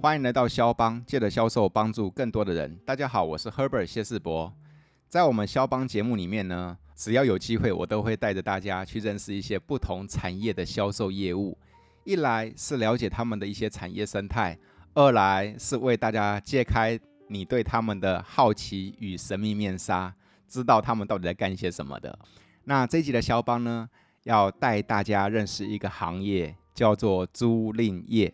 欢迎来到肖邦，借着销售帮助更多的人。大家好，我是 Herbert 谢世博。在我们肖邦节目里面呢，只要有机会，我都会带着大家去认识一些不同产业的销售业务。一来是了解他们的一些产业生态，二来是为大家揭开你对他们的好奇与神秘面纱，知道他们到底在干些什么的。那这一集的肖邦呢，要带大家认识一个行业，叫做租赁业。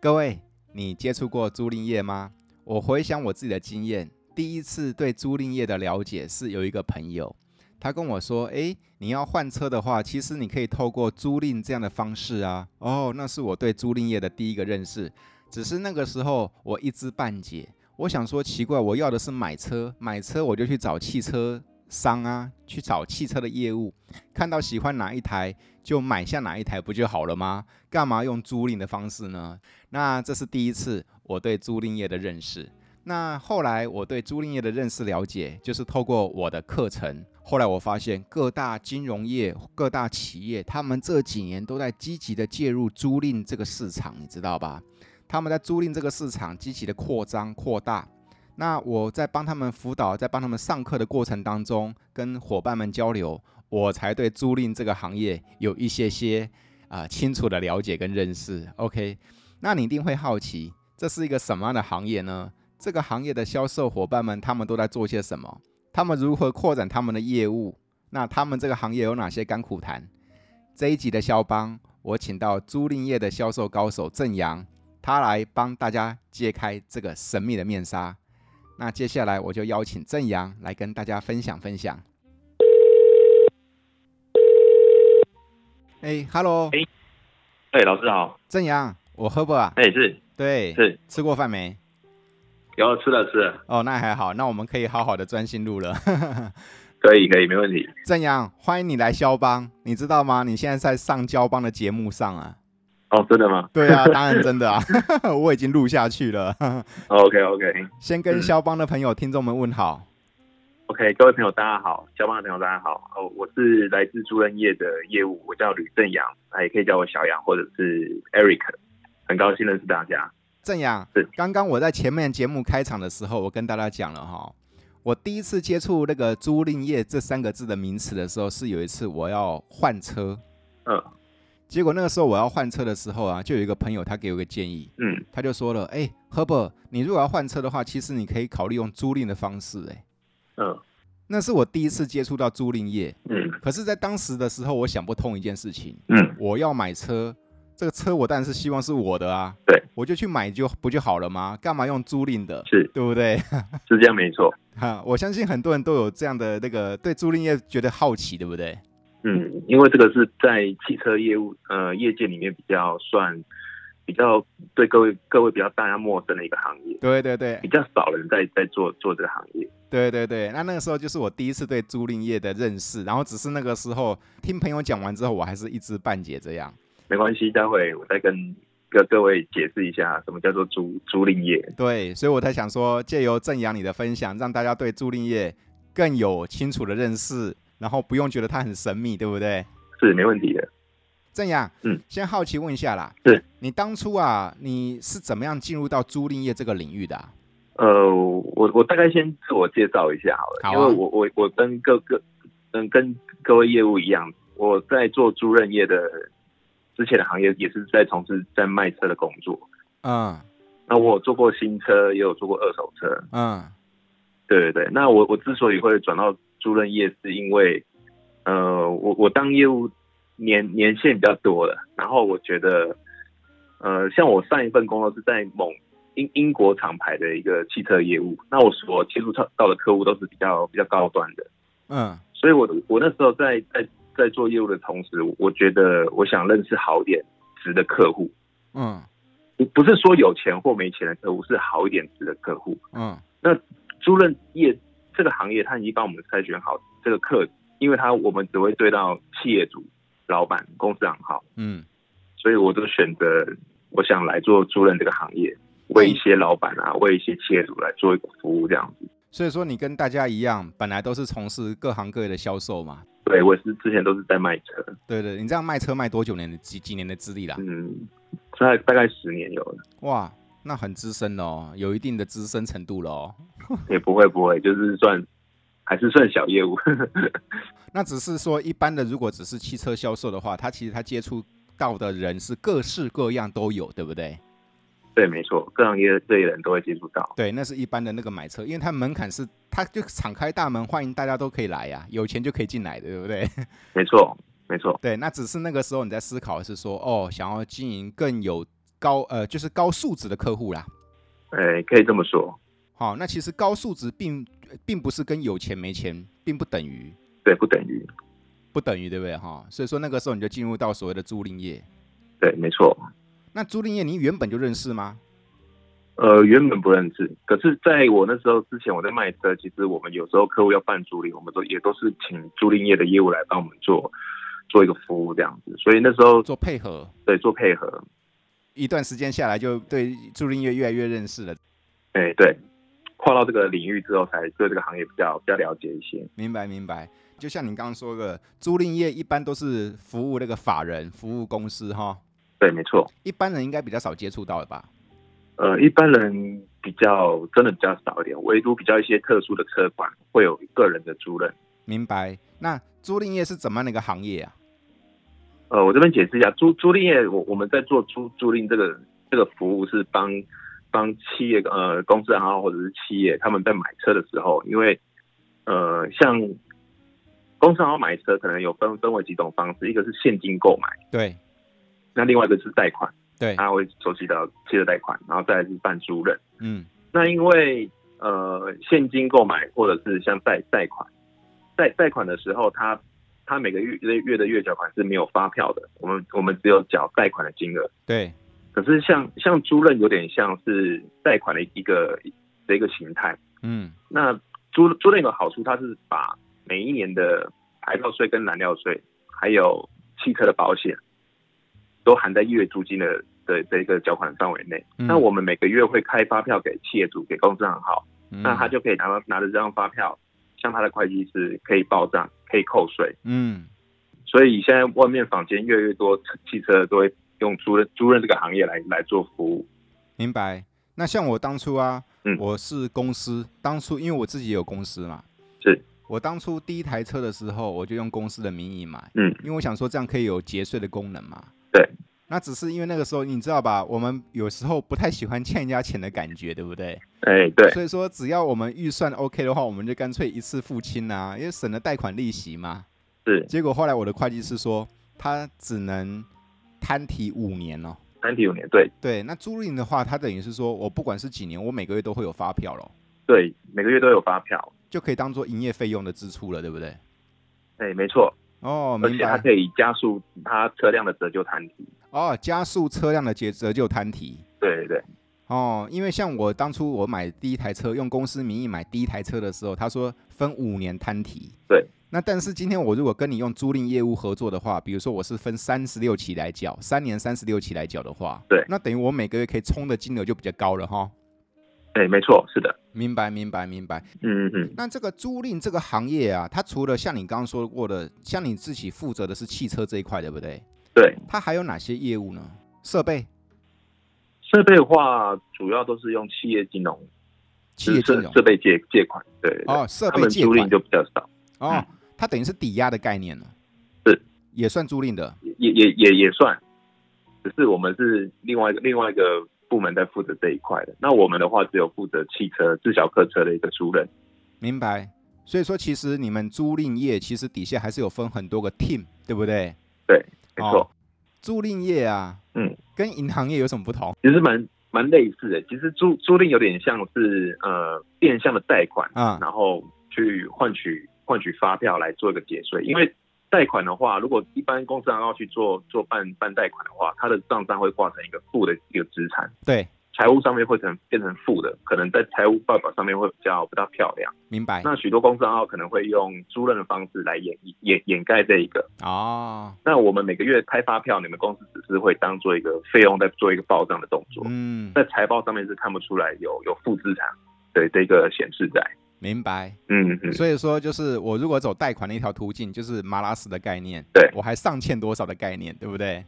各位，你接触过租赁业吗？我回想我自己的经验，第一次对租赁业的了解是有一个朋友，他跟我说：“诶，你要换车的话，其实你可以透过租赁这样的方式啊。”哦，那是我对租赁业的第一个认识。只是那个时候我一知半解，我想说奇怪，我要的是买车，买车我就去找汽车商啊，去找汽车的业务，看到喜欢哪一台就买下哪一台不就好了吗？干嘛用租赁的方式呢？那这是第一次我对租赁业的认识。那后来我对租赁业的认识了解，就是透过我的课程。后来我发现各大金融业、各大企业，他们这几年都在积极的介入租赁这个市场，你知道吧？他们在租赁这个市场积极的扩张扩大。那我在帮他们辅导，在帮他们上课的过程当中，跟伙伴们交流，我才对租赁这个行业有一些些啊、呃清楚的了解跟认识。OK，那你一定会好奇，这是一个什么样的行业呢？这个行业的销售伙伴们，他们都在做些什么？他们如何扩展他们的业务？那他们这个行业有哪些甘苦谈？这一集的肖邦，我请到租赁业的销售高手郑阳，他来帮大家揭开这个神秘的面纱。那接下来我就邀请郑阳来跟大家分享分享。哎，Hello，哎哎、老师好，郑阳，我 h e r 啊，哎、是对，是，吃过饭没？有吃了吃了，哦，那还好，那我们可以好好的专心录了。 可以可以没问题。郑阳，欢迎你来肖邦，你知道吗？你现在在上肖邦的节目上啊。哦，真的吗对啊，当然真的啊， 我已经录下去了。 ？OK OK 先跟嗯肖邦的朋友、听众们问好。 OK，各位朋友大家好，交棒的朋友大家好，哦，我是来自租赁业的业务，我叫吕正阳，啊也可以叫我小杨或者是 Eric，很高兴认识大家。郑阳是，刚刚我在前面节目开场的时候，我跟大家讲了哈，我第一次接触那个租赁业这三个字的名词的时候，是有一次我要换车，嗯结果那个时候我要换车的时候啊，就有一个朋友他给我一个建议，嗯，他就说了，哎、赫 h e r b e r 你如果要换车的话，其实你可以考虑用租赁的方式、哎，嗯那是我第一次接触到租赁业。嗯可是，在当时的时候，我想不通一件事情：嗯，我要买车，这个车我当然是希望是我的啊，对，我就去买就不就好了吗？干嘛用租赁的？是对不对？ 是这样没错。嗯哈，我相信很多人都有这样的那个对租赁业觉得好奇，对不对？嗯，因为这个是在汽车业务呃业界里面比较算比较对各位各位比较大家陌生的一个行业，对对对比较少人在在做做这个行业。对对对，那那个时候就是我第一次对租赁业的认识，然后只是那个时候听朋友讲完之后，我还是一知半解这样。没关系，待会我再跟各各位解释一下什么叫做租租赁业。对，所以我才想说，借由正阳你的分享，让大家对租赁业更有清楚的认识，然后不用觉得它很神秘，对不对？是没问题的。正阳，嗯，先好奇问一下啦，是你当初啊，你是怎么样进入到租赁业这个领域的、啊？呃，我我大概先自我介绍一下好了，好啊因为我我我跟各个嗯跟各位业务一样，我在做租赁业的之前的行业也是在从事在卖车的工作。嗯那我有做过新车，也有做过二手车。嗯对对对，那我我之所以会转到租赁业，是因为，呃，我我当业务年年限比较多了，然后我觉得，呃，像我上一份工作是在某英英国厂牌的一个汽车业务，那我所接触到到的客户都是比较比较高端的，嗯所以我我那时候在在在做业务的同时，我觉得我想认识好一点值的客户，嗯不不是说有钱或没钱的客户，是好一点值的客户。嗯租赁业这个行业，它已经帮我们筛选好这个客，因为它我们只会对到企业主、老板、公司行号，嗯，所以我就选择我想来做租赁这个行业，为一些老板啊，为一些企业主来做一个服务这样子。所以说你跟大家一样，本来都是从事各行各业的销售嘛。对我是之前都是在卖车，对对，你嗯这样卖车卖多久年的几几年的资历啦？嗯，大概大概十年有了。哇，那很资深哦，有一定的资深程度了哦。也不会不会，就是算还是算小业务。 那只是说，一般的如果只是汽车销售的话，他其实他接触到的人是各式各样都有，对不对？对，没错，各行业这些人都会接触到。对，那是一般的那个买车，因为它门槛是，它就敞开大门，欢迎大家都可以来呀、啊有钱就可以进来的，对不对？ 没错，没错，对，那只是那个时候你在思考的是说，哦，想要经营更有高呃，就是高素质的客户啦。哎、可以这么说。好、那其实高素质并并不是跟有钱没钱并不等于，对，不等于。不等于，对不对哈、所以说那个时候你就进入到所谓的租赁业。对，没错。那租赁业你原本就认识吗？呃，原本不认识，可是在我那时候之前，我在卖车，其实我们有时候客户要办租赁，我们都也都是请租赁业的业务来帮我们做做一个服务这样子，所以那时候做配合，对做配合，一段时间下来就对租赁业越来越认识了。哎、对，跨到这个领域之后，才对这个行业比较比较了解一些。明白明白，就像你刚刚说的，租赁业一般都是服务那个法人、服务公司哈，对，没错，一般人应该比较少接触到了吧？呃，一般人比较真的比较少一点，唯独比较一些特殊的车款会有个人的租赁。明白。那租赁业是怎么样的一个行业啊？呃，我这边解释一下，租租赁业，我我们在做租租赁这个这个服务是帮帮企业呃公司行号或者是企业他们在买车的时候，因为呃像公司行号买车可能有分分为几种方式，一个是现金购买，对那另外一个是贷款，对，他会收集到借的贷款，然后再来是办租赁。嗯，那因为呃现金购买或者是像贷贷款，贷贷款的时候，他他每个月月的月缴款是没有发票的，我们我们只有缴贷款的金额。对，可是像像租赁有点像是贷款的一个的一个形态。嗯，那租租赁有个好处，它是把每一年的牌照税跟燃料税，还有汽车的保险，都含在月租金的的的一个缴款范围内。嗯那我们每个月会开发票给企业主、给公司行号，嗯那他就可以拿到拿着这张发票，向他的会计师可以报账，可以扣税。嗯，所以现在外面坊间越来越多汽车都会用租赁租赁这个行业来来做服务。明白。那像我当初啊，嗯我是公司，当初因为我自己也有公司嘛，是我当初第一台车的时候，我就用公司的名义买，嗯，因为我想说这样可以有节税的功能嘛。对。那只是因为那个时候你知道吧，我们有时候不太喜欢欠人家钱的感觉，对不对？哎，对，所以说只要我们预算 OK 的话，我们就干脆一次付清啊，因为省了贷款利息嘛。是结果后来我的会计师说，他只能摊提五年哦。三体五年，对对，那租赁的话，它等于是说我不管是几年，我每个月都会有发票咯，对，每个月都有发票。就可以当做营业费用的支出了，对不对？哎，没错，哦，而明且它白。可以加速它车辆的折旧摊提。哦，加速车辆的结折旧摊提。对对对，哦，因为像我当初我买第一台车，用公司名义买第一台车的时候，他说分五年摊提。对。那但是今天我如果跟你用租赁业务合作的话，比如说我是分三十六期来缴，三年三十六期来缴的话，对那等于我每个月可以充的金额就比较高了哈。哎，没错，是的，明白，明白，明白。嗯嗯嗯，那这个租赁这个行业啊，它除了像你刚刚说过的，像你自己负责的是汽车这一块，对不对？对，它还有哪些业务呢？设备、设备的话主要都是用企业金融，企业就金是融设设备借借款，对对对，哦，设他备们借租款赁就比较少，哦，它等于是抵押的概念了，是也算租赁的。也也也也算，只是我们是另外一个另外一个部门在负责这一块的。那我们的话只有负责汽车自小客车的一个租赁，明白。所以说，其实你们租赁业其实底下还是有分很多个 team，对不对？没错，哦租赁业啊，嗯，跟银行业有什么不同其实蛮蛮类似的。其实租租赁有点像是呃变相的贷款，啊？然后去换取换取发票来做一个节税，因为。贷款的话，如果一般公司行要去做做办办贷款的话，它的账上会挂成一个负的一个资产，对，财务上面会成变成负的，可能在财务报表上面会比较不大漂亮。明白。那许多公司号可能会用租赁的方式来掩掩掩盖这一个。哦，那我们每个月开发票，你们公司只是会当做一个费用在做一个报账的动作，嗯，在财报上面是看不出来有有负资产的这个显示在。明白。嗯嗯，所以说，就是我如果走贷款的一条途径，就是马拉斯的概念，对我还上欠多少的概念，对不对？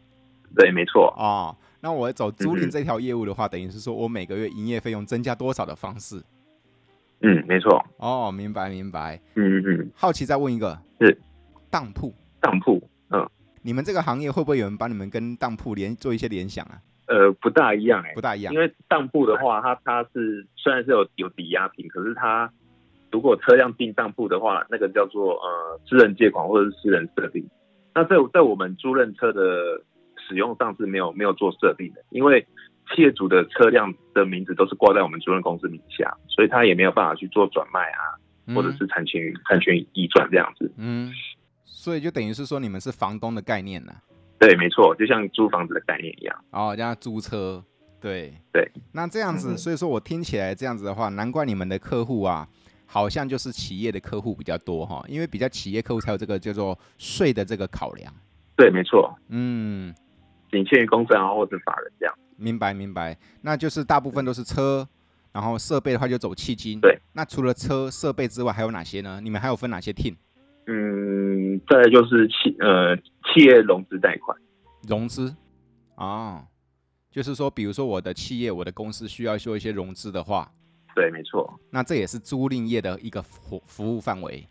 对，没错，哦，那我走租赁这条业务的话，等于是说我每个月营业费用增加多少的方式。嗯，没错，哦，明白明白。嗯嗯嗯，好奇再问一个，是当铺，当铺，嗯，你们这个行业会不会有人帮你们跟当铺联做一些联想啊？呃，不大一样哎、不大一样因，为当铺的话，它它是虽然是有有抵押品，可是它如果车辆进当铺的话，那个叫做呃私人借款或者是私人设定。那在在我们租赁车的使用上是没有没有做设定的，因为企业主的车辆的名字都是挂在我们租赁公司名下，所以他也没有办法去做转卖啊，嗯或者是产权产权移转这样子。嗯，所以就等于是说你们是房东的概念呢、对，没错，就像租房子的概念一样。哦，加租车，对对。那这样子，嗯所以说我听起来这样子的话，难怪你们的客户啊，好像就是企业的客户比较多哈，因为比较企业客户才有这个叫做税的这个考量。对，没错，嗯，仅限于公司啊或者法人这样。明白明白，那就是大部分都是车，然后设备的话就走迄金。对。那除了车设备之外，还有哪些呢？你们还有分哪些 team？嗯，再来就是企呃企业融资贷款，融资啊、哦，就是说，比如说我的企业、我的公司需要做一些融资的话，对，没错，那这也是租赁业的一个服服务范围。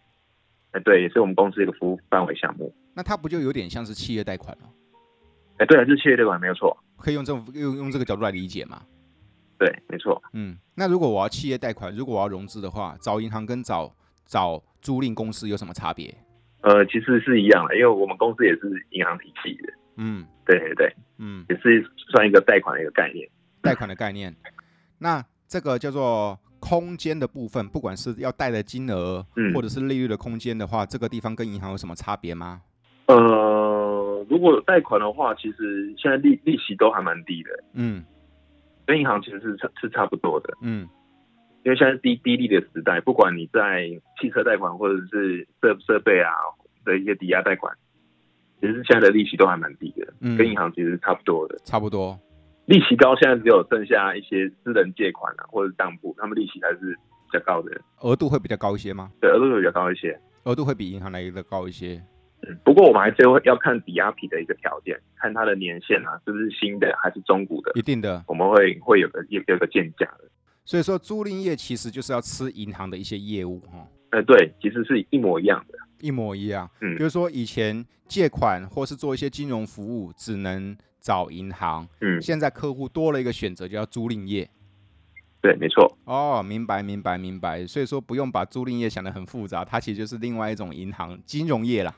哎、对，也是我们公司一个服务范围项目，那它不就有点像是企业贷款了？哎、对，还是企业贷款没有错，可以用这种用用这个角度来理解嘛？对，没错，嗯，那如果我要企业贷款，如果我要融资的话，找银行跟找找租赁公司有什么差别？呃，其实是一样的，因为我们公司也是银行体系的，嗯对对对，嗯，也是算一个贷款的一个概念，贷款的概念。那这个叫做空间的部分，不管是要贷的金额，嗯或者是利率的空间的话，这个地方跟银行有什么差别吗？呃，如果贷款的话，其实现在利利息都还蛮低的，嗯跟银行其实是差是差不多的，嗯因为现在是低低利的时代，不管你在汽车贷款或者是设设备啊的一些抵押贷款，其实现在的利息都还蛮低的，嗯，跟银行其实是差不多的。差不多。利息高，现在只有剩下一些私人借款啊或者是当铺，他们利息还是比较高的，额度会比较高一些吗？对，额度有比较高一些。额度会比银行来的高一些。嗯，不过我们还是会要看抵押品的一个条件，看它的年限啊，是不是新的还是中古的，一定的。我们会会有个有有个鉴价的。所以说，租赁业其实就是要吃银行的一些业务哈，呃，对，其实是一模一样的。一模一样。嗯就是说以前借款或是做一些金融服务，只能找银行，嗯，现在客户多了一个选择，就叫租赁业。对，没错。哦，明白，明白，明白。所以说不用把租赁业想得很复杂，它其实就是另外一种银行金融业啦。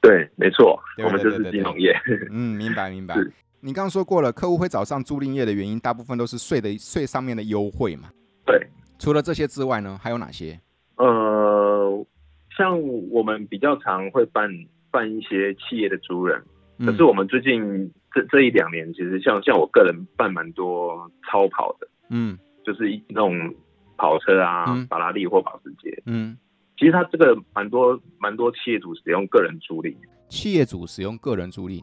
对，没错，对我们就对对是对金融业。嗯，明白，明白是。你刚刚说过了，客户会找上租赁业的原因，大部分都是税的税上面的优惠嘛。对，除了这些之外呢，还有哪些？呃，像我们比较常会办办一些企业的租人，嗯可是我们最近这这一两年，其实像像我个人办蛮多超跑的，嗯就是一那种跑车啊，嗯法拉利或保时捷。嗯，其实它这个蛮多蛮多企业主使用个人租赁，企业主使用个人租赁，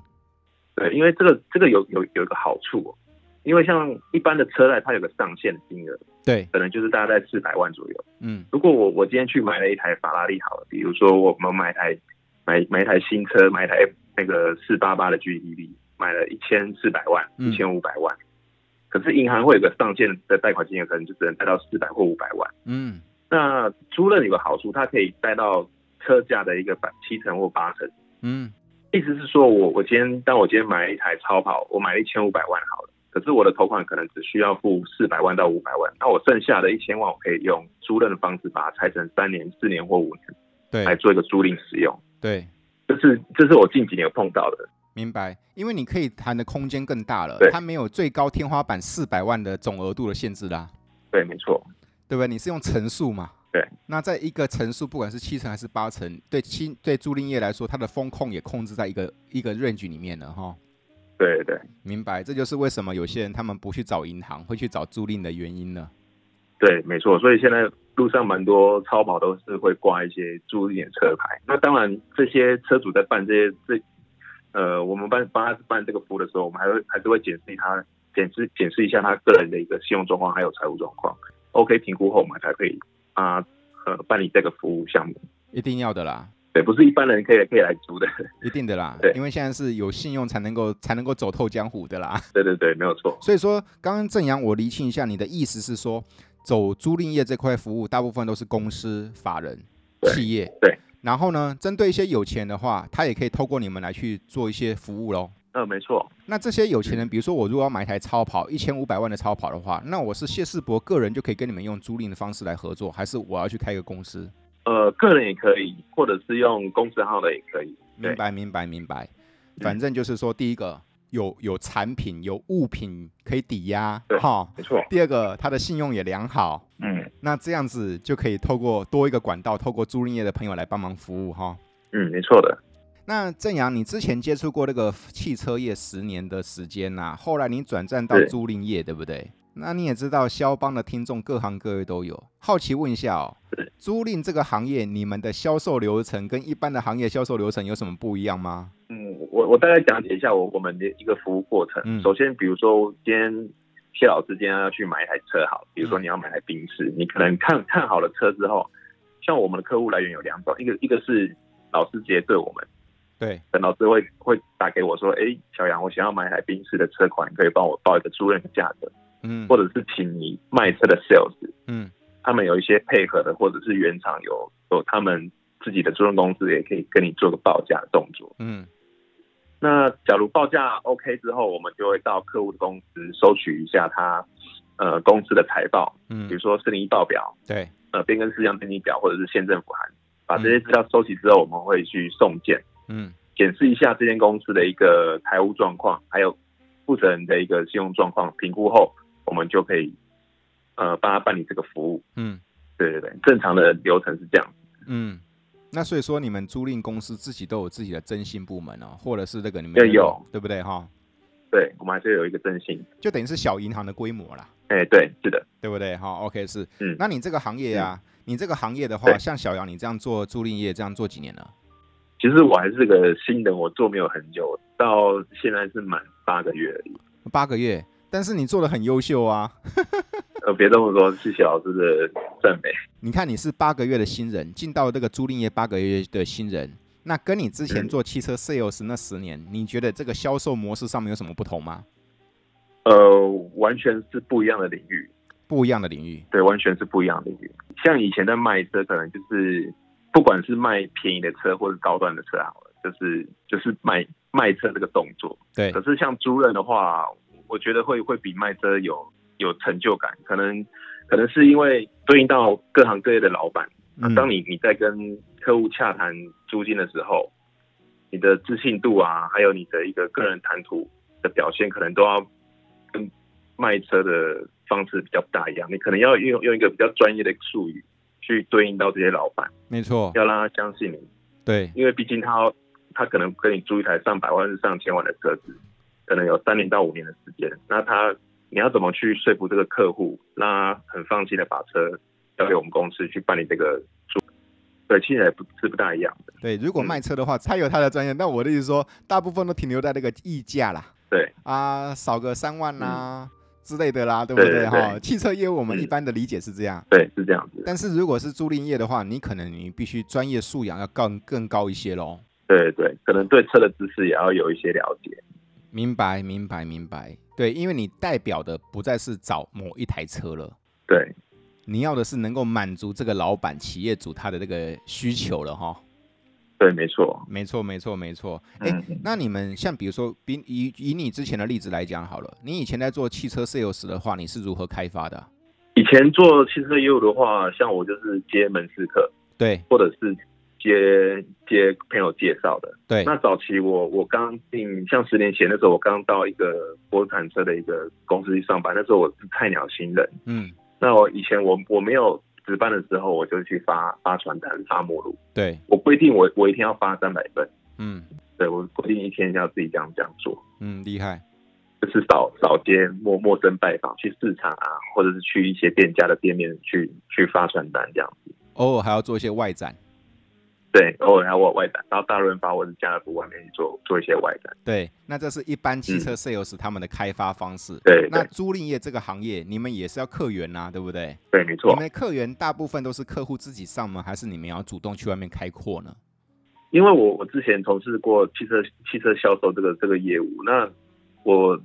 对，因为这个这个有有有一个好处、哦，因为像一般的车贷，它有个上限金额，对，可能就是大概在四百万左右。嗯如果我我今天去买了一台法拉利好了，比如说我们买一台买买一台新车，买一台那个四八八的 GTB，买了一千四百万、嗯一千五百万，可是银行会有个上限的贷款金额，可能就只能贷到四百或五百万。嗯那租赁有个好处，它可以贷到车价的一个百七成或八成。嗯意思是说我我今天当我今天买一台超跑，我买了一千五百万好了，可是我的头款可能只需要付四百万到五百万，那我剩下的一千万我可以用租赁的方式把它拆成三年、四年或五年对来做一个租赁使用，对，这是这是我近几年有碰到的。明白。因为你可以谈的空间更大了，对它没有最高天花板四百万的总额度的限制啦，对，没错，对不对？你是用层数嘛？对。那在一个层数，不管是七成还是八成，对七对租赁业来说，它的风控也控制在一个一个 range 里面了哈。对对对明白，这就是为什么有些人他们不去找银行，会去找租赁的原因了。对，没错。所以现在路上蛮多超跑都是会挂一些租赁的车牌，那当然这些车主在办这些这。呃，我们办帮他办这个服务的时候，我们还会还是会检视他检视检视一下他个人的一个信用状况，还有财务状况。OK，评估后我们才可以啊呃办理这个服务项目。一定要的啦。对，不是一般人可以可以来租的。 一定的啦对，因为现在是有信用才能够才能够走透江湖的啦。对对对，没有错。所以说，刚刚正阳，我厘清一下，你的意思是说，走租赁业这块服务，大部分都是公司、法人、对企业。对。然后呢，针对一些有钱的话，他也可以透过你们来去做一些服务喽。嗯、没错。那这些有钱嗯人，比如说我如果要买一台超跑，一千五百万的超跑的话，那我是谢世博个人就可以跟你们用租赁的方式来合作，还是我要去开一个公司？呃，个人也可以，或者是用公司号的也可以。对明白，明白，明白。嗯反正就是说，第一个有有产品、有物品可以抵押，对哈。没错。第二个，他的信用也良好，嗯那这样子就可以透过多一个管道，透过租赁业的朋友来帮忙服务哈。嗯，没错的。那正阳，你之前接触过那个汽车业十年的时间呐、后来你转战到对租赁业，对不对？那你也知道，肖邦的听众各行各业都有。好奇问一下哦是，租赁这个行业，你们的销售流程跟一般的行业销售流程有什么不一样吗？嗯，我我大概讲解一下我我们的一个服务过程。嗯首先，比如说今天谢老师今天要去买一台车，好，比如说嗯你要买台宾士，你可能看看好了车之后，像我们的客户来源有两种，一个一个是老师直接对我们，对，等老师会会打给我说，哎、小杨，我想要买一台宾士的车款，你可以帮我报一个租赁的价格，嗯或者是请你卖车的 sales，嗯他们有一些配合的，或者是原厂有有他们自己的租赁公司也可以跟你做个报价的动作。嗯那假如报价 OK 之后，我们就会到客户的公司收取一下他呃公司的财报，比如嗯，说四零一报表、对，呃变更事项登记表或者是县政府函，把这些资料收集之后，我们会去送件，嗯检视一下这间公司的一个财务状况，还有负责人的一个信用状况，评估后，我们就可以呃帮他办理这个服务。嗯对对对，正常的流程是这样。嗯。那所以说，你们租赁公司自己都有自己的征信部门哦，或者是那个你们对那个有对不对哈？对，我们还是有一个征信。就等于是小银行的规模啦。哎，对，是的，对不对？哈、o k 是。嗯那你这个行业啊，你这个行业的话，对像小杨你这样做租赁业，这样做几年了？其实我还是个新人，我做没有很久，到现在是满八个月而已。八个月，但是你做的很优秀啊！ 呃，别这么说，谢谢老师的赞美。你看你是八个月的新人，进到这个租赁业八个月的新人，那跟你之前嗯做汽车 sales 那十年，你觉得这个销售模式上面有什么不同吗？呃，完全是不一样的领域，不一样的领域，对，完全是不一样的领域。像以前在卖车，可能就是不管是卖便宜的车或者高端的车好了，就是就是卖卖车这个动作。对可是像租赁的话，我觉得会会比卖车有有成就感，可能可能是因为对应到各行各业的老板。那嗯啊当你你在跟客户洽谈租金的时候，你的自信度啊，还有你的一个个人谈吐的表现，可能都要跟卖车的方式比较不大一样。你可能要用用一个比较专业的术语去对应到这些老板，没错，要让他相信你，对因为毕竟他他可能跟你租一台上百万甚至上千万的车子，可能有三年到五年的时间，那他你要怎么去说服这个客户，让他很放心的把车交给我们公司去办理这个租？对，听起来不是不大一样的。对。如果嗯卖车的话，他有他的专业，那我的意思说，大部分都停留在那个溢价啦。对，嗯啊，少个三万啦、之类的啦，对不对对？对哈，汽车业务我们嗯一般的理解是这样，对，是这样子。但是如果是租赁业的话，你可能你必须专业素养要更更高一些喽。对对，可能对车的知识也要有一些了解。明白，明白，明白。对，因为你代表的不再是找某一台车了，对，你要的是能够满足这个老板、企业主他的这个需求了哈。对，没错。没错，没错，没错。哎、嗯，那你们像比如说，比以以你之前的例子来讲好了，你以前在做汽车 sales 的话，你是如何开发的啊？以前做汽车业务的话，像我就是接门市客，对或者是接接朋友介绍的。对，那早期我我刚进，像十年前那时候，我刚到一个国产车的一个公司去上班，那时候我是菜鸟新人。嗯，那我以前我我没有值班的时候，我就去发发传单、发目录。对，我规定我我一天要发三百份，嗯对我规定一天要自己这样这样做，嗯，厉害。就是少少接陌陌生拜访，去市场啊，或者是去一些店家的店面去 去发传单这样子。偶尔还要做一些外展。对，偶尔还有我外展，然后大润发或者是家乐福外面去做做一些外展。对，那这是一般汽车 sales 他们的开发方式。嗯对那对租赁业这个行业，你们也是要客源呐、对不对？对，没错你们。的客源大部分都是客户自己上门，还是你们要主动去外面开阔呢？因为我我之前从事过汽车汽车销售这个这个业务，那我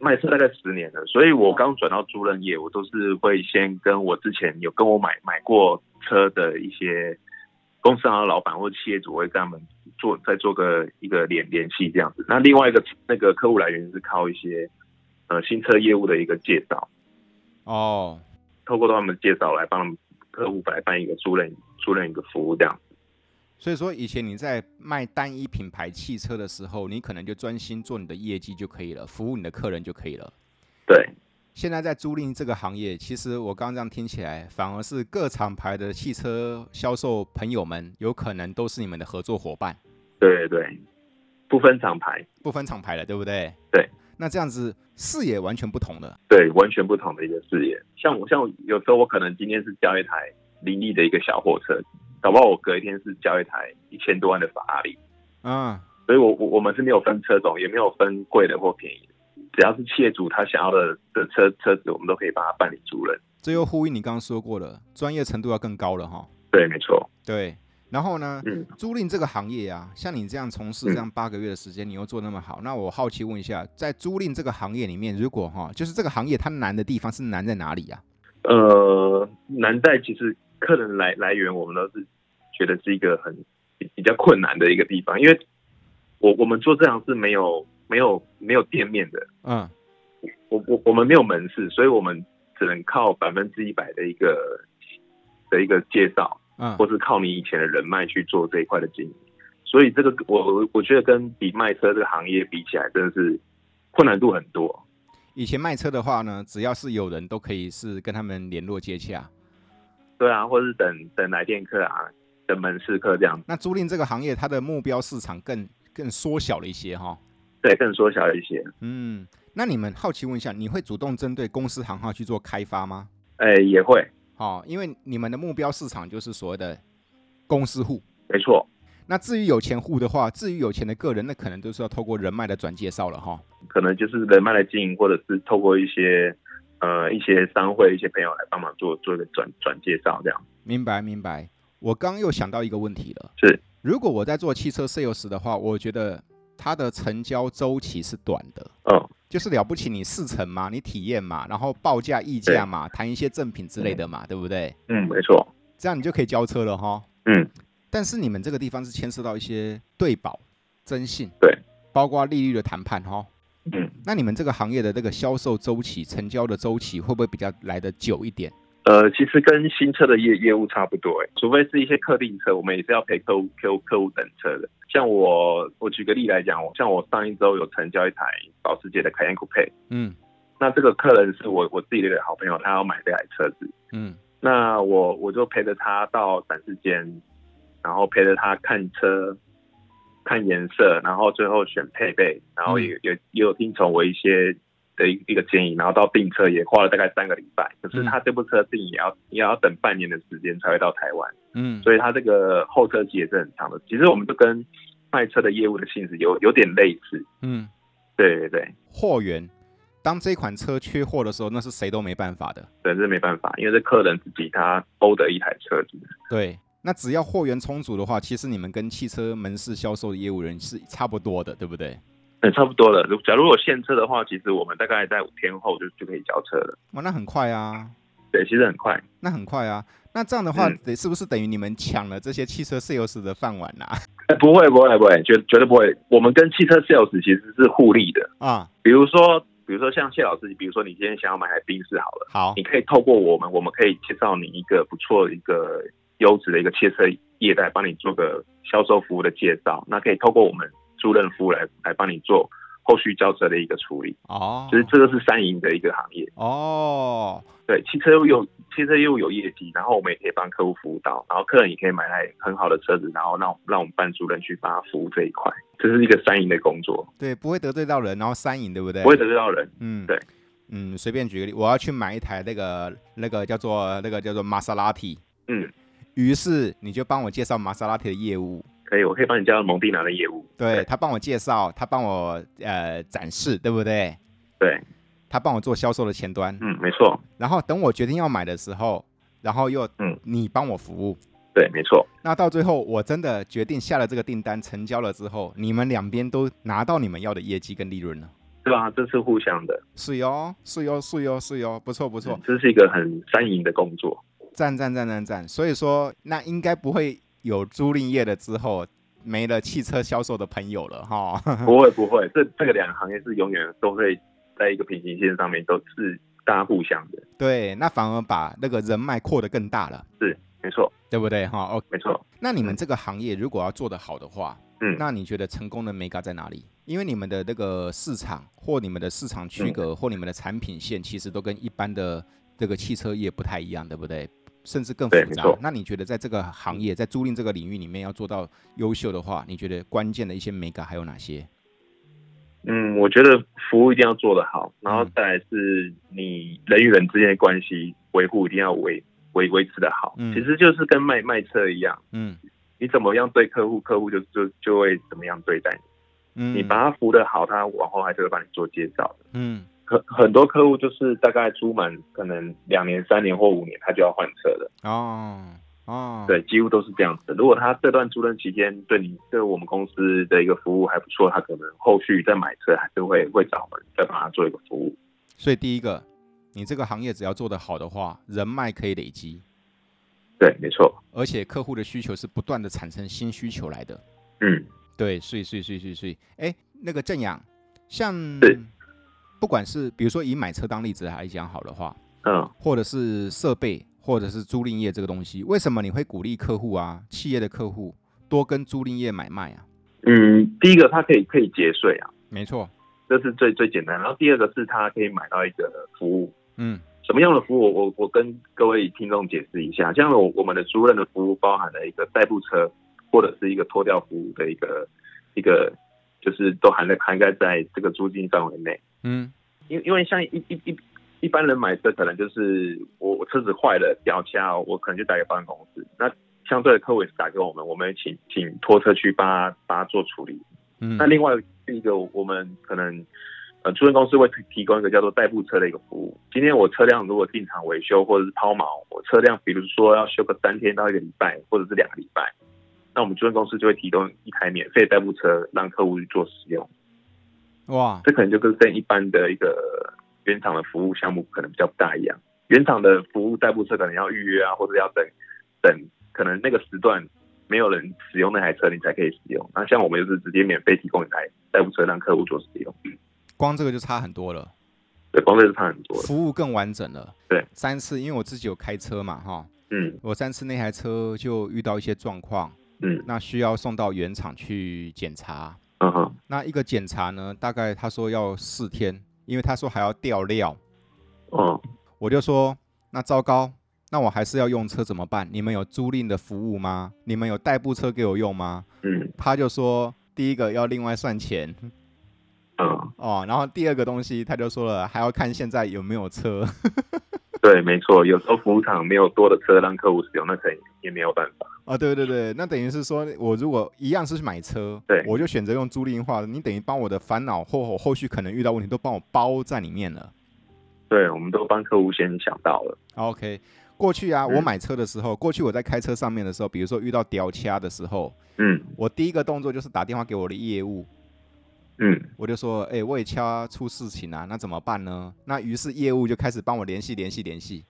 卖车大概十年了，所以我刚转到租赁业，我都是会先跟我之前有跟我买买过车的一些公司行的老板或企业主，我会跟他们做再做个一个联联系这样子。那另外一个那个客户来源是靠一些呃新车业务的一个介绍，哦，透过他们的介绍来帮客户来办一个租赁租赁一个服务这样。所以说以前你在卖单一品牌汽车的时候，你可能就专心做你的业绩就可以了，服务你的客人就可以了。对，现在在租赁这个行业，其实我刚刚这样听起来，反而是各厂牌的汽车销售朋友们，有可能都是你们的合作伙伴，对对对，不分厂牌，不分厂牌了，对不对？对。那这样子视野完全不同了。对，完全不同的一个视野。像我，像我有时候我可能今天是交一台林立的一个小货车，搞不好我隔一天是交一台一千多万的法拉利。嗯，所以我我我们是没有分车种，也没有分贵的或便宜的，只要是企业主他想要的的车车子，我们都可以帮他办理租赁。这又呼应你刚刚说过的，专业程度要更高了哈。对，没错，对。然后呢，嗯，租赁这个行业啊，像你这样从 事这样八个月的时间，你又做那么好，那我好奇问一下，在租赁这个行业里面，如果哈，就是这个行业它难的地方是难在哪里啊呀、呃，难在其实客人来来源，我们都是觉得是一个很比比较困难的一个地方，因为我我们做这行是没有没有没有店面的，嗯，我我我们没有门市，所以我们只能靠百分之一百的一个的一个介绍，嗯或是靠你以前的人脉去做这一块的经营。所以这个我我我觉得跟比卖车这个行业比起来，真的是困难度很多。以前卖车的话呢，只要是有人都可以是跟他们联络接洽。对啊，或是等等来电客啊，等门市客这样，那租赁这个行业，它的目标市场更更缩小了一些哈。对，更缩小一些。嗯，那你们好奇问一下，你会主动针对公司行号去做开发吗？哎、也会，哦，因为你们的目标市场就是所谓的公司户。没错，那至于有钱户的话，至于有钱的个人，那可能都是要透过人脉的转介绍了哈。可能就是人脉的经营，或者是透过一些呃一些商会、一些朋友来帮忙做做一个转转介绍这样。明白明白。我刚又想到一个问题了，是如果我在做汽车 sales 的话，我觉得它的成交周期是短的，嗯，就是了不起你试乘嘛，你体验嘛，然后报价议价嘛，谈一些赠品之类的嘛，对不对？嗯，没错。这样你就可以交车了哈。嗯。但是你们这个地方是牵涉到一些对保、征信，对，包括利率的谈判哈。嗯，那你们这个行业的这个销售周期、成交的周期，会不会比较来得久一点？呃，其实跟新车的业业务差不多、欸，除非是一些特定车，我们也是要陪客户客户客户等车的。像我，我举个例来讲，我像我上一周有成交一台保时捷的凯宴酷配，嗯那这个客人是我我自己的一个好朋友，他要买这台车子，嗯，那我我就陪着他到展示间，然后陪着他看车、看颜色，然后最后选配备，然后也也也有听从我一些的一一个建议，然后到订车也花了大概三个礼拜。可是他这部车订也要也要等半年的时间才会到台湾，嗯，所以他这个候车期也是很长的。其实我们就跟卖车的业务的性质有有点类似，嗯，对对对，货源，当这款车缺货的时候，那是谁都没办法的。对，这没办法，因为这客人自己他欧的一台车子，对，那只要货源充足的话，其实你们跟汽车门市销售的业务人是差不多的，对不对？嗯，差不多了。如假如有现车的话，其实我们大概在五天后就就可以交车了。哇，那很快啊，对，其实很快。那很快啊。那这样的话，嗯得是不是等于你们抢了这些汽车 sales 的饭碗呐、啊 哎，不会，不会，不会，绝绝对不会。我们跟汽车 sales 其实是互利的。啊？比如说，比如说像谢老师，比如说你今天想要买台宾士好了，好你，可以透过我们，我们可以介绍你一个不错的一个优质的一个汽车业代，帮你做个销售服务的介绍。那可以透过我们租赁服务来来帮你做后续交车的一个处理。哦其，实这个是三赢的一个行业。哦，对，汽车又有汽车业务有业绩，然后我们也可以帮客户服务到，然后客人也可以买台很好的车子，然后让让我们班主任去帮他服务这一块，这是一个三赢的工作，对，不会得罪到人，然后三赢，对不对？不会得罪到人。嗯，对，嗯，随便举个例，我要去买一台那个那个叫做那个叫做玛莎拉蒂，嗯，于是你就帮我介绍玛莎拉蒂的业务，可以，我可以帮你加入蒙蒂拿的业务。对他帮我介绍，他帮我呃展示，对不对？对，他帮我做销售的前端，嗯，没错，然后等我决定要买的时候，然后又嗯你帮我服务，对对，没错。那到最后，我真的决定下了这个订单，成交了之后，你们两边都拿到你们要的业绩跟利润了。对啊，这是互相的，是哟，是哟，是哟，是哟，不错不错嗯，这是一个很三赢的工作。赞赞赞赞赞。所以说，那应该不会有租赁业了之后没了汽车销售的朋友了哈。 不会不会，这这个两个行业是永远都会在一个平行线上面，都是大家互相的，对，那反而把那个人脉扩得更大了，没错对不对哈？OK，没错。那你们这个行业如果要做得好的话，嗯那你觉得成功的 mega 在哪里？因为你们的那个市场或你们的市场嗯区隔、或你们的产品线，其实都跟一般的这个汽车业不太一样，对不对？甚至更复对没杂错。嗯那你觉得在这个行业，在租赁这个领域里面要做到优秀的话，你觉得关键的一些 mega 还有哪些？嗯，我觉得服务一定要做得好，然后嗯再来是你人与人之间的关系维护一定要维维维持的好。嗯其实就是跟卖卖车一样，嗯你怎么样对客户，客户就就就会怎么样对待你。嗯，你把他服务的好，他往后还是会帮你做介绍的。嗯很很多客户就是大概租满可能两年、三年或五年，他就要换车了。哦哦，对，几乎都是这样子的。如果他这段租赁期间对你对我们公司的一个服务还不错，他可能后续再买车还是会会找我们再帮他做一个服务。所以第一个，你这个行业只要做得好的话，人脉可以累积，对，没错，而且客户的需求是不断的产生新需求来的。嗯，对，是是是是是。哎，那个正阳，像对不管是比如说以买车当例子来讲好的话，嗯，或者是设备，或者是租赁业这个东西，为什么你会鼓励客户啊，企业的客户多跟租赁业买卖啊？嗯，第一个他可以可以节税啊，没错，这是最最简单。然后第二个是他可以买到一个服务，嗯什么样的服务？我我我跟各位听众解释一下，像我我们的租赁的服务包含了一个代步车或者是一个拖吊服务的一个一个，就是都涵在涵盖在这个租金范围内。嗯因因为像一一一一般人买车，可能就是我我车子坏了掉价，我可能就打给保险公司。那相对的客户也是打给我们，我们请请拖车去帮他帮他做处理。嗯那另外一个，我们可能呃，租赁公司会提提供一个叫做代步车的一个服务。今天我车辆如果进厂维修或者是抛锚，我车辆比如说要修个三天到一个礼拜，或者是两个礼拜，那我们租赁公司就会提供一台免费代步车让客户去做使用。哇，这可能就跟跟一般的一个原厂的服务项目可能比较不大一样。原厂的服务代步车可能要预约啊，或者要等等，可能那个时段没有人使用那台车，你才可以使用。那像我们就是直接免费提供一台代步车让客户做使用，光这个就差很多了，对，光这是差很多的。服务更完整了。对，三次，因为我自己有开车嘛，哈，嗯我三次那台车就遇到一些状况，嗯那需要送到原厂去检查。嗯哼，那一个检查呢，大概他说要四天，因为他说还要调料，嗯我就说那糟糕，那我还是要用车怎么办？你们有租赁的服务吗？你们有代步车给我用吗？嗯他就说第一个要另外算钱 嗯，哦，然后第二个东西他就说了还要看现在有没有车，对，没错。有时候服务厂没有多的车让客户使用，那可能也没有办法。哦，对对对，那等于是说我如果一样是去买车，对我就选择用租赁化，你等于帮我的烦恼或我后续可能遇到问题都帮我包在里面了。哦对，我们都帮客户先想到了。 OK，过去啊，嗯我买车的时候，过去我在开车上面的时候，比如说遇到屌掐的时候，嗯我第一个动作就是打电话给我的业务，嗯我就说，哎、我也掐出事情啊，那怎么办呢？那于是业务就开始帮我联系联系联系，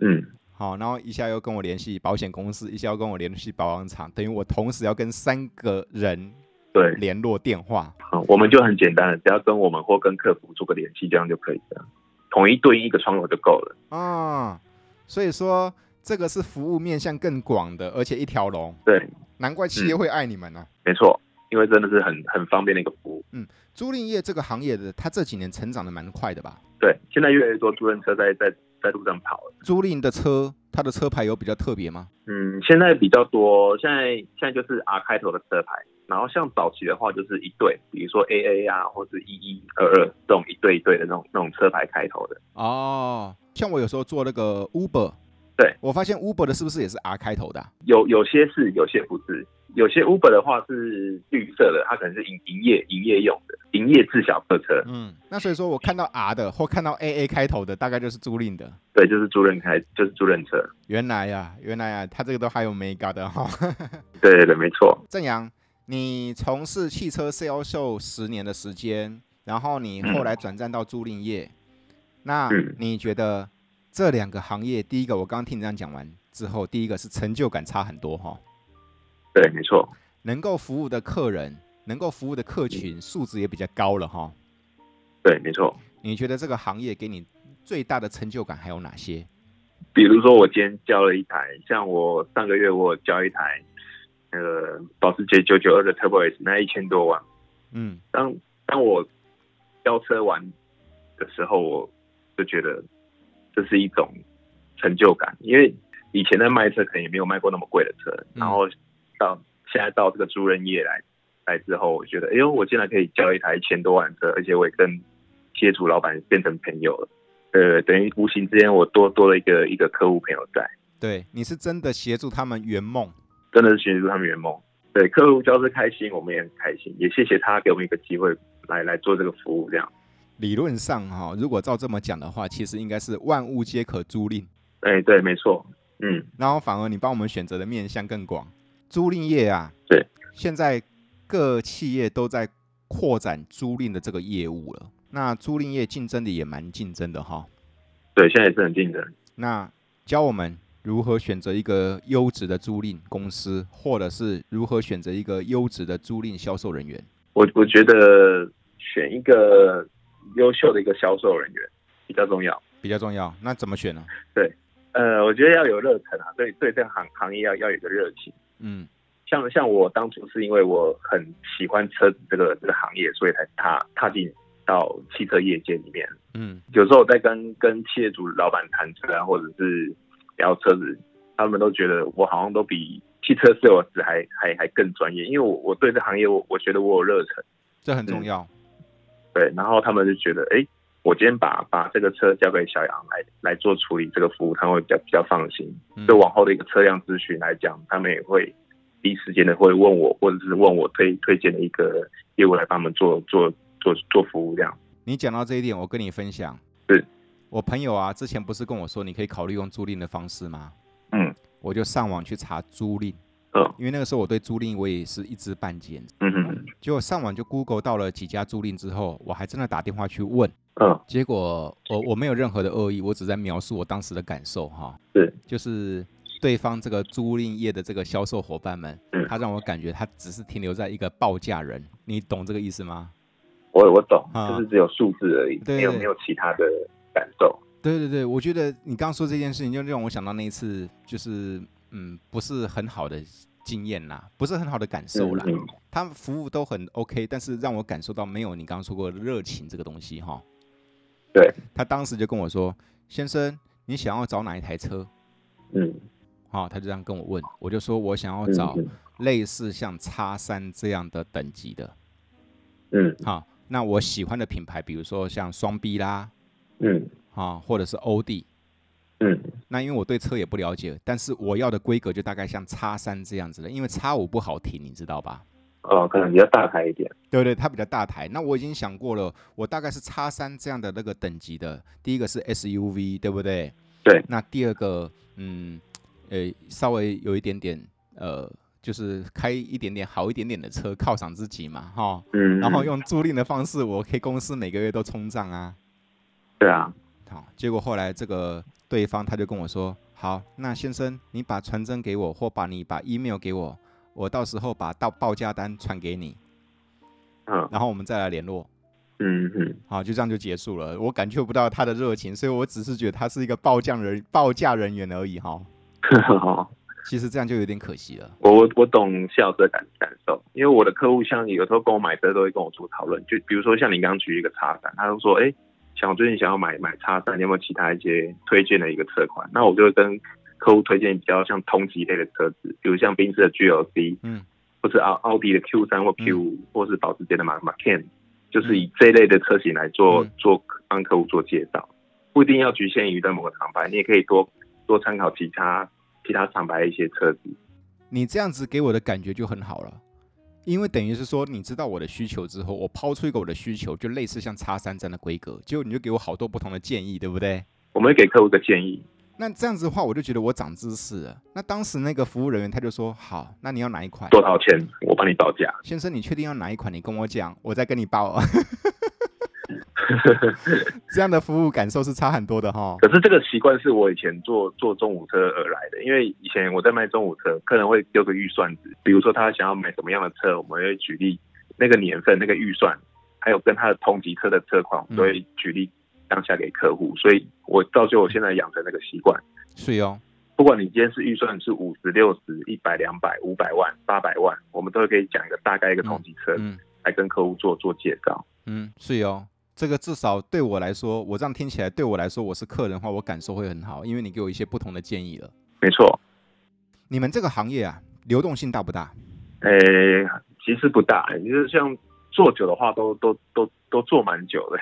嗯，好，然后一下又跟我联系保险公司，一下又跟我联系保养厂，等于我同时要跟三个人对。联络电话。嗯，我们就很简单了，只要跟我们或跟客服做个联系，这样就可以了。统一对应一个窗口就够了。啊、所以说这个是服务面向更广的，而且一条龙，对，难怪企业会爱你们呢、啊没错，因为真的是很很方便的一个服务。租赁业这个行业的，它这几年成长的蛮快的吧？对，现在越来越多租赁车在在在路上跑了。租赁的车，它的车牌有比较特别吗？嗯，现在比较多，现在现在就是 R 开头的车牌，然后像早期的话就是一对，比如说 AA 啊，或是一一二二这种一对一对的那种那种车牌开头的。哦，像我有时候做那个 Uber，对，我发现 Uber 的是不是也是 R 开头的啊、有有些是，有些不是。有些 Uber 的话是绿色的，它可能是营营业营业用的，营业制小客车，嗯，那所以说我看到 R 的或看到 AA 开头的，大概就是租赁的。对，就是租赁开，就是租赁车。原来呀、原来呀、啊它这个都还有 mega 的哈、对对对，没错。正阳，你从事汽车 sales 秀十年的时间，然后你后来转战到租赁业，那嗯你觉得这两个行业，第一个我刚刚听你这样讲完之后，第一个是成就感差很多哈、对，没错。能够服务的客人，能够服务的客群素质也比较高了哈、对，没错。你觉得这个行业给你最大的成就感还有哪些？比如说，我今天交了一台，像我上个月我有交一台，呃，保时捷九九二的 Turbo S，那一千多万。嗯，当当我交车完的时候，我就觉得这是一种成就感，因为以前在卖车可能也没有卖过那么贵的车，然后到现在到这个租赁业来来之后，我觉得，哎呦，我竟然可以交一台一千多万的车，而且我也跟接触老板变成朋友了，呃，等于无形之间我多多了一个一个客户朋友在，对，你是真的协助他们圆梦。真的是协助他们圆梦。对，客户交车开心，我们也很开心，也谢谢他给我们一个机会来来做这个服务，这样。理论上哈、如果照这么讲的话，其实应该是万物皆可租赁，哎，对，没错，嗯，然后反而你帮我们选择的面向更广。租赁业啊，对，现在各企业都在扩展租赁的这个业务了。那租赁业竞争的也蛮竞争的哈、对，现在也是很竞争。那教我们如何选择一个优质的租赁公司，或者是如何选择一个优质的租赁销售人员。我我觉得选一个优秀的一个销售人员比较重要。比较重要，那怎么选呢？呃，我觉得要有热忱啊，对对这个行行业要要有一个热情。嗯像像我当初是因为我很喜欢车子这个这个行业，所以才踏踏进到汽车业界里面。嗯有时候我在跟跟企业主老板谈车啊，或者是聊车子，他们都觉得我好像都比汽车 sales 还还还更专业，因为我我对这行业我我觉得我有热忱。这很嗯重要。对，然后他们就觉得，哎，我今天把把这个车交给小杨来来做处理这个服务，他们会比较比较放心。嗯对往后的一个车辆咨询来讲，他们也会第一时间的会问我，或者是问我推推荐的一个业务来帮他们做做做做服务这样。你讲到这一点，我跟你分享。是我朋友啊，之前不是跟我说你可以考虑用租赁的方式吗？嗯，我就上网去查租赁，嗯因为那个时候我对租赁我也是一知半解。嗯哼结果上网就 Google 到了几家租赁之后，我还真的打电话去问，嗯结果我我没有任何的恶意，我只在描述我当时的感受哈。是，就是对方这个租赁业的这个销售伙伴们嗯，他让我感觉他只是停留在一个报价人，你懂这个意思吗？我我懂，啊就是只有数字而已，对没有对没有其他的感受。对对对，我觉得你刚刚说这件事情，就让我想到那一次，就是嗯，不是很好的经验啦，不是很好的感受啦。嗯嗯他们服务都很 OK，但是让我感受到没有你刚刚说过的热情这个东西哈。对，他当时就跟我说：“先生，你想要找哪一台车嗯，？”哈、他就这样跟我问，我就说我想要嗯找嗯类似像叉三这样的等级的。嗯哈、那我喜欢的品牌，比如说像双 B 啦，嗯啊，或者是欧弟，嗯那因为我对车也不了解，但是我要的规格就大概像叉三这样子的，因为叉五不好停，你知道吧？哦，可能比较大牌一点。对不对？它比较大台。那我已经想过了，我大概是叉三这样的那个等级的。第一个是 SUV，对不对？对。那第二个，嗯，呃，稍微有一点点，呃，就是开一点点好一点点的车犒赏自己嘛，哈。嗯，然后嗯用租赁的方式，我可以公司每个月都冲账啊。对啊，好，结果后来这个对方他就跟我说：“好，那先生，你把传真给我，或把你把 email 给我，我到时候把到报价单传给你，嗯然后我们再来联络。嗯嗯” 好，就这样就结束了。我感觉不到他的热情，所以我只是觉得他是一个报价人报价人员而已哈。嗯，好。其实这样就有点可惜了。我我我懂谢老师的感感受，因为我的客户像有时候跟我买车都会跟我做讨论，就比如说像你刚刚举一个叉三，他就说，哎、想我最近想要买买叉三，你有没有其他一些推荐的一个车款？那我就会跟客户推荐比较像同级类的车子，比如像宾士的 GLC，嗯，或是奥奥迪的 Q 三或 Q 五、或是保时捷的马马 Can，就是以这一类的车型来做、嗯做帮客户做介绍，不一定要局限于在某个厂牌，你也可以多。多参考其他其他厂牌一些车子。你这样子给我的感觉就很好了，因为等于是说，你知道我的需求之后，我抛出一个我的需求，就类似像叉三这样的规格，结果你就给我好多不同的建议，对不对？我们会给客户一个建议，那这样子的话，我就觉得我长知识了。那当时那个服务人员他就说：“好，那你要哪一款？多少钱我帮你报价。 先生，你确定要哪一款？你跟我讲，我再跟你报。 这样的服务感受是差很多的哈。可是这个习惯是我以前坐坐中午车而来的，因为以前我在卖中午车，客人会丢个预算值，比如说他想要买什么样的车，我们会举例那个年份、那个预算，还有跟他的同级车的车款，我都会举例当下给客户。所以我到最后我现在养成那个习惯，是哦，不管你今天是预算是五十、六十、一百、两百、五百万、八百万，我们都会可以讲一个大概一个同级车，嗯来跟客户做做介绍。嗯，是哦。这个至少对我来说，我这样听起来对我来说，我是客人的话，我感受会很好，因为你给我一些不同的建议了。没错，你们这个行业啊，流动性大不大？诶、呃其实不大，就是像做久的话都，都都都做蛮久的。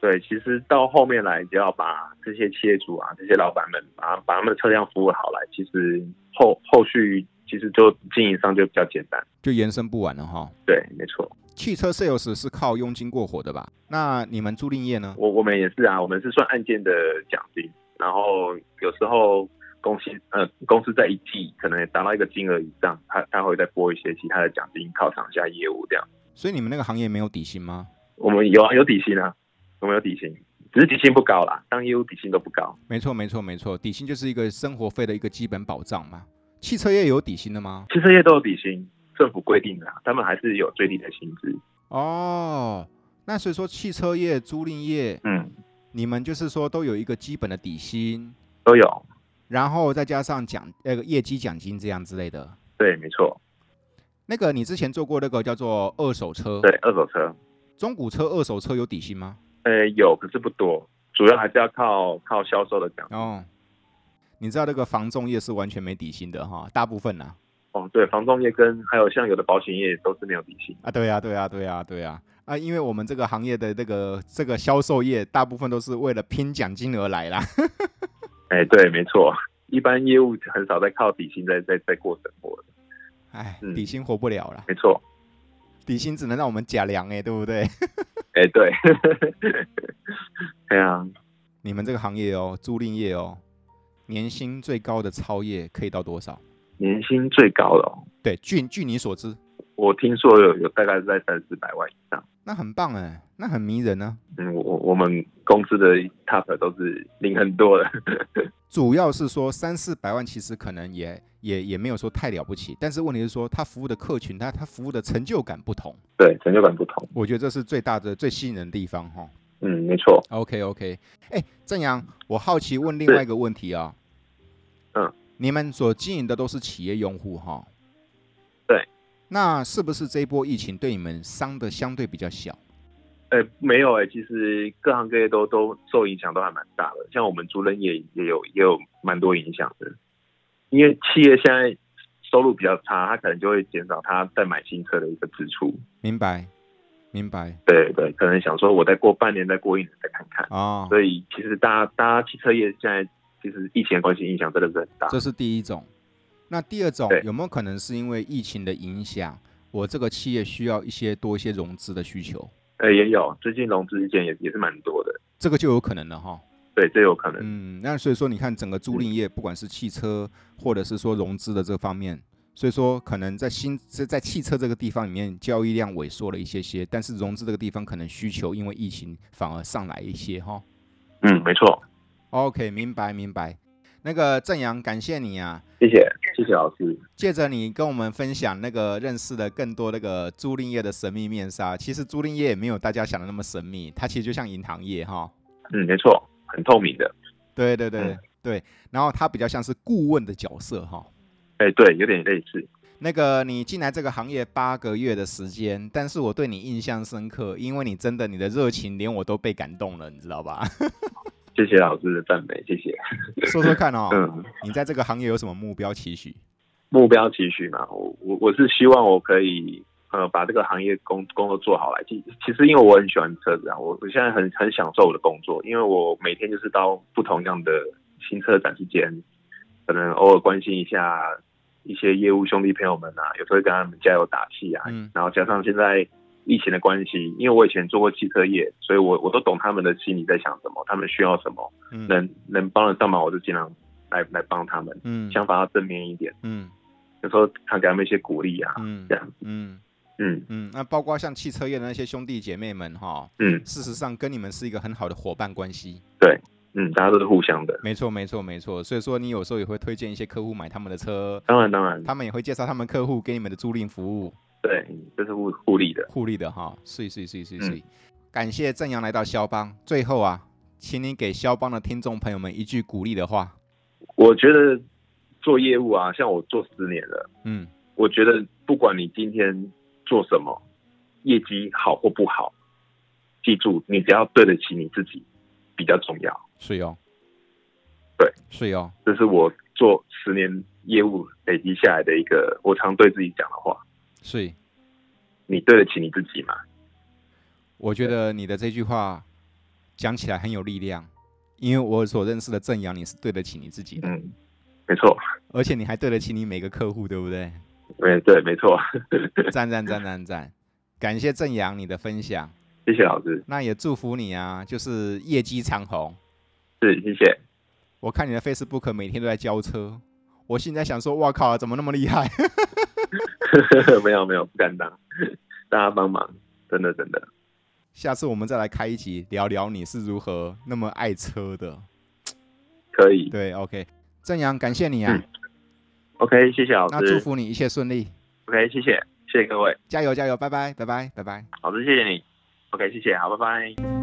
对，其实到后面来，只要把这些企业主啊、这些老板们，把把他们的车辆服务好来，其实后后续其实就经营上就比较简单。就延伸不完了哈。对，没错，汽车 sales 是靠佣金过活的吧？那你们租赁业呢？我我们也是啊，我们是算案件的奖金，然后有时候公司呃公司在一季可能达到一个金额以上，他他会再拨一些其他的奖金犒赏一下业务这样。所以你们那个行业没有底薪吗？我们有啊，有底薪啊，我们有底薪，只是底薪不高啦，当业务底薪都不高。没错，没错，没错，底薪就是一个生活费的一个基本保障嘛。汽车业有底薪的吗？汽车业都有底薪，政府规定的、啊，他们还是有最低的薪资。哦，那所以说汽车业、租赁业，嗯，你们就是说都有一个基本的底薪，都有，然后再加上奖那个、业绩奖金这样之类的。对，没错，那个你之前做过那个叫做二手车，对，二手车，中古车二手车有底薪吗？呃，有，可是不多，主要还是要靠靠销售的奖。哦，你知道那个房仲业是完全没底薪的哈，大部分呐、啊。哦，对，房仲业跟还有像有的保险业都是没有底薪。啊，对呀、对呀、对呀、对呀、啊，因为我们这个行业的这个这个销售业，大部分都是为了拼奖金而来啦。哎，对，没错，一般业务很少在靠底薪在在在过生活的，哎，嗯底薪活不了啦，没错。底薪只能让我们假粮哎、对不对？ 哎，对， 对啊，你们这个行业哦，租赁业哦，年薪最高的超业可以到多少？年薪最高了、哦，对，据据你所知，我听说有有大概是在三四百万以上。那很棒哎、那很迷人呢、嗯，我我我们公司的 top 都是领很多的， 主要是说三四百万，其实可能也也也没有说太了不起，但是问题是说他服务的客群，他他服务的成就感不同，对，成就感不同。我觉得这是最大的最吸引人的地方哈、哦。嗯，没错。 OK OK，哎，正阳，我好奇问另外一个问题啊、嗯，你们所经营的都是企业用户哈？对。那是不是这一波疫情对你们伤的相对比较小？哎、没有哎、其实各行各业都都受影响都还蛮大的，像我们租赁业也有也有蛮多影响的，因为企业现在收入比较差，它可能就会减少它在买新车的一个支出。明白，明白对对，可能想说我再过半年，再过一年再看看。啊、哦，所以其实大家大家汽车业现在其实疫情的关系影响真的是很大。这是第一种。那第二种啊对有没有可能是因为疫情的影响，我这个企业需要一些多一些融资的需求，呃，也有最近融资意见也也是蛮多的，这个就有可能了哈。对，嗯这有可能。嗯，那所以说你看整个租赁业，不管是汽车或者是说融资的这方面，所以说可能在新在在汽车这个地方里面交易量萎缩了一些些，但是融资这个地方可能需求因为疫情反而上来一些哈。嗯，没错， OK，明白明白。那个正阳，感谢你啊，谢谢，谢谢老师。借着你跟我们分享那个认识了更多那个租赁业的神秘面纱，其实租赁业也没有大家想的那么神秘，它其实就像银行业哈。嗯，没错，很透明的。对对对、嗯对，然后它比较像是顾问的角色哈。哎、对，有点类似。那个你进来这个行业八个月的时间，但是我对你印象深刻，因为你真的你的热情连我都被感动了，你知道吧？谢谢老师的赞美，谢谢。说说看哦，嗯，你在这个行业有什么目标期许？目标期许嘛，我我我是希望我可以呃把这个行业工工作做好来。其其实因为我很喜欢车子啊，我我现在很很享受我的工作，因为我每天就是到不同样的新车展之间，可能偶尔关心一下一些业务兄弟朋友们啊，有时候会跟他们加油打气啊。嗯然后加上现在疫情的关系，因为我以前做过汽车业，所以我我都懂他们的心里在想什么，他们需要什么，嗯能能帮得上忙，我就尽量来来帮他们，嗯想法要正面一点，嗯有时候看给他们一些鼓励啊，嗯这样，嗯嗯嗯，那包括像汽车业的那些兄弟姐妹们哈，嗯事实上跟你们是一个很好的伙伴关系。嗯，大家都是互相的，没错，没错，没错。所以说你有时候也会推荐一些客户买他们的车，当然当然，他们也会介绍他们客户给你们的租赁服务，对，嗯这是互互利的，互利的哈。是是是是嗯是。感谢正阳来到肖邦。最后啊，请你给肖邦的听众朋友们一句鼓励的话。我觉得做业务啊，像我做十年了。嗯我觉得不管你今天做什么，业绩好或不好，记住你只要对得起你自己比较重要。是哟，对，是哦哟，这是我做十年业务累积下来的一个我常对自己讲的话：是。你对得起你自己吗？我觉得你的这句话讲起来很有力量，因为我所认识的正阳，你是对得起你自己的，嗯，没错，而且你还对得起你每个客户，对不 对？没对，没错。啊赞赞赞赞赞！感谢正阳你的分享，谢谢老师，那也祝福你啊，就是业绩长虹。是谢谢。 我看你的 Facebook 每天都在交车，我现在想说，哇靠，怎么那么厉害？ 没有没有，不敢当，大家帮忙，真的真的。下次我们再来开一集聊聊你是如何那么爱车的。可以对，OK，正阳，感谢你啊，嗯，OK，谢谢老那祝师福你一切顺利， ，OK，谢谢，谢谢各位，加油加油，拜拜拜拜拜拜。老师谢谢你，OK，谢谢，好，拜拜。